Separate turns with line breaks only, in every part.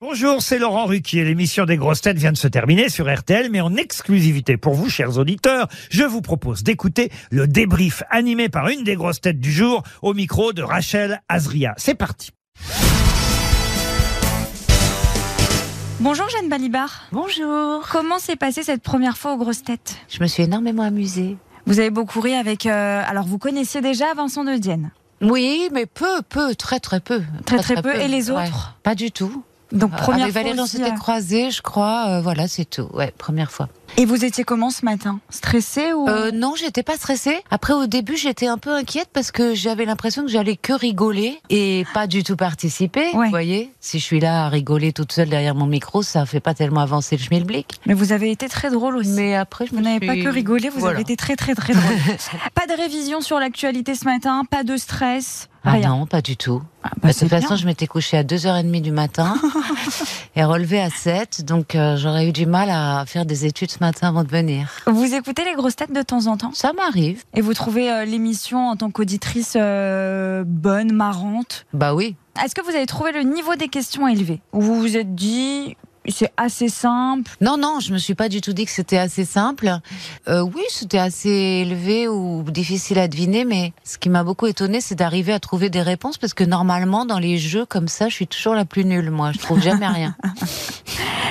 Bonjour, c'est Laurent Ruquier. L'émission des grosses têtes vient de se terminer sur RTL, mais en exclusivité pour vous, chers auditeurs, je vous propose d'écouter le débrief animé par une des grosses têtes du jour au micro de Rachel Azria. C'est parti.
Bonjour Jeanne Balibar.
Bonjour.
Comment s'est passée cette première fois aux grosses têtes
Je me suis énormément amusée.
Vous avez beaucoup ri avec. euh, alors vous connaissiez déjà Vincent de Dienne.
Oui, mais peu, peu, très très peu.
Très, très peu. Et les
Ouais. Euh, ah,
autres
Pas du tout.
Donc première
Avec
fois.
Valérie, on
aussi,
s'était
euh.
croisés, je crois. euh, voilà, c'est tout. Ouais, première fois.
Et vous étiez comment ce matin Stressé ou
Euh, non, j'étais pas stressée. Après, au début, j'étais un peu inquiète parce que j'avais l'impression que j'allais que rigoler et pas du tout participer.
Ouais.
Vous voyez, si je suis là à rigoler toute seule derrière mon micro, ça fait pas tellement avancer le schmilblick.
Mais vous avez été très drôle aussi.
Mais après, je
Vous
me
n'avez
suis-
pas que rigolé, vous
Voilà.
avez été très très très drôle. pas de révision sur l'actualité ce matin, pas de stress,
Ah
rien.
non, pas du tout.
Ah, bah,
Bah, de
c'est
toute façon,
bien.
je m'étais couchée à 2h30 du matin et relevée à 7, donc euh, j'aurais eu du mal à faire des études ce matin avant de venir.
Vous écoutez les grosses têtes de temps en temps
Ça m'arrive.
et vous trouvez euh, l'émission en tant qu'auditrice euh, bonne, marrante
Bah oui.
Est-ce que vous avez trouvé le niveau des questions élevé Ou vous vous êtes dit, c'est assez simple
Non, non, je me suis pas du tout dit que c'était assez simple. Euh, oui, c'était assez élevé ou difficile à deviner, mais ce qui m'a beaucoup étonnée, c'est d'arriver à trouver des réponses parce que normalement, dans les jeux comme ça, je suis toujours la plus nulle, moi. Je trouve jamais rien.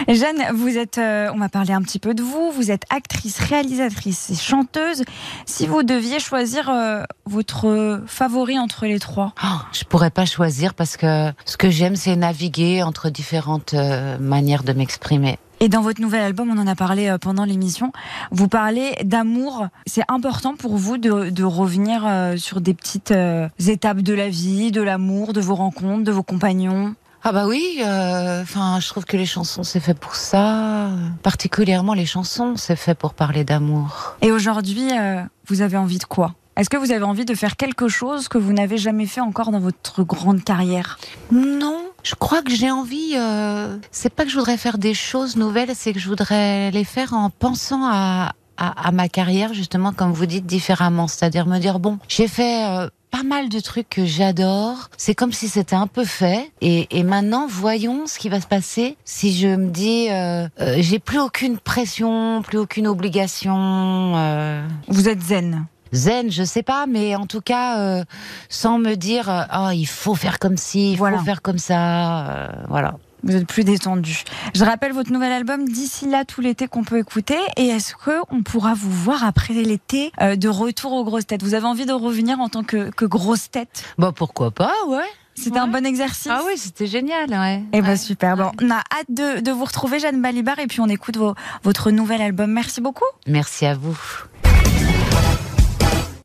Jeanne, vous êtes, euh, on va parler un petit peu de vous, vous êtes actrice, réalisatrice et chanteuse. Si vous deviez choisir euh, votre favori entre les trois,
Oh, je pourrais pas choisir parce que ce que j'aime, c'est naviguer entre différentes euh, manières de m'exprimer.
et dans votre nouvel album, on en a parlé euh, pendant l'émission, vous parlez d'amour. C'est important pour vous de, de revenir euh, sur des petites euh, étapes de la vie, de l'amour, de vos rencontres, de vos compagnons.
Ah bah oui, euh, enfin je trouve que les chansons c'est fait pour ça, particulièrement les chansons c'est fait pour parler d'amour.
Et aujourd'hui, euh, vous avez envie de quoi Est-ce que vous avez envie de faire quelque chose que vous n'avez jamais fait encore dans votre grande carrière
Non, je crois que j'ai envie, euh, c'est pas que je voudrais faire des choses nouvelles, c'est que je voudrais les faire en pensant à, à, à ma carrière justement comme vous dites différemment, c'est-à-dire me dire bon j'ai fait... euh, pas mal de trucs que j'adore. C'est comme si c'était un peu fait. Et, et maintenant, voyons ce qui va se passer si je me dis euh, euh, j'ai plus aucune pression, plus aucune obligation. euh,
Vous êtes zen.
zen, je sais pas, mais en tout cas, euh, sans me dire, euh, Ah, il faut faire comme ci, il
Voilà.
faut faire comme ça, euh, voilà.
Vous êtes plus détendu. Je rappelle votre nouvel album d'ici là tout l'été qu'on peut écouter. Et est-ce que on pourra vous voir après l'été euh, de retour aux grosses têtes Vous avez envie de revenir en tant que, que grosse tête
Bah pourquoi pas, ouais.
C'était
Ouais.
un bon exercice.
Ah oui, c'était génial, ouais.
Eh ben
Ouais.
super. Bon, on a hâte de, de vous retrouver, Jeanne Balibar, et puis on écoute vos- votre nouvel album. Merci beaucoup.
Merci à vous.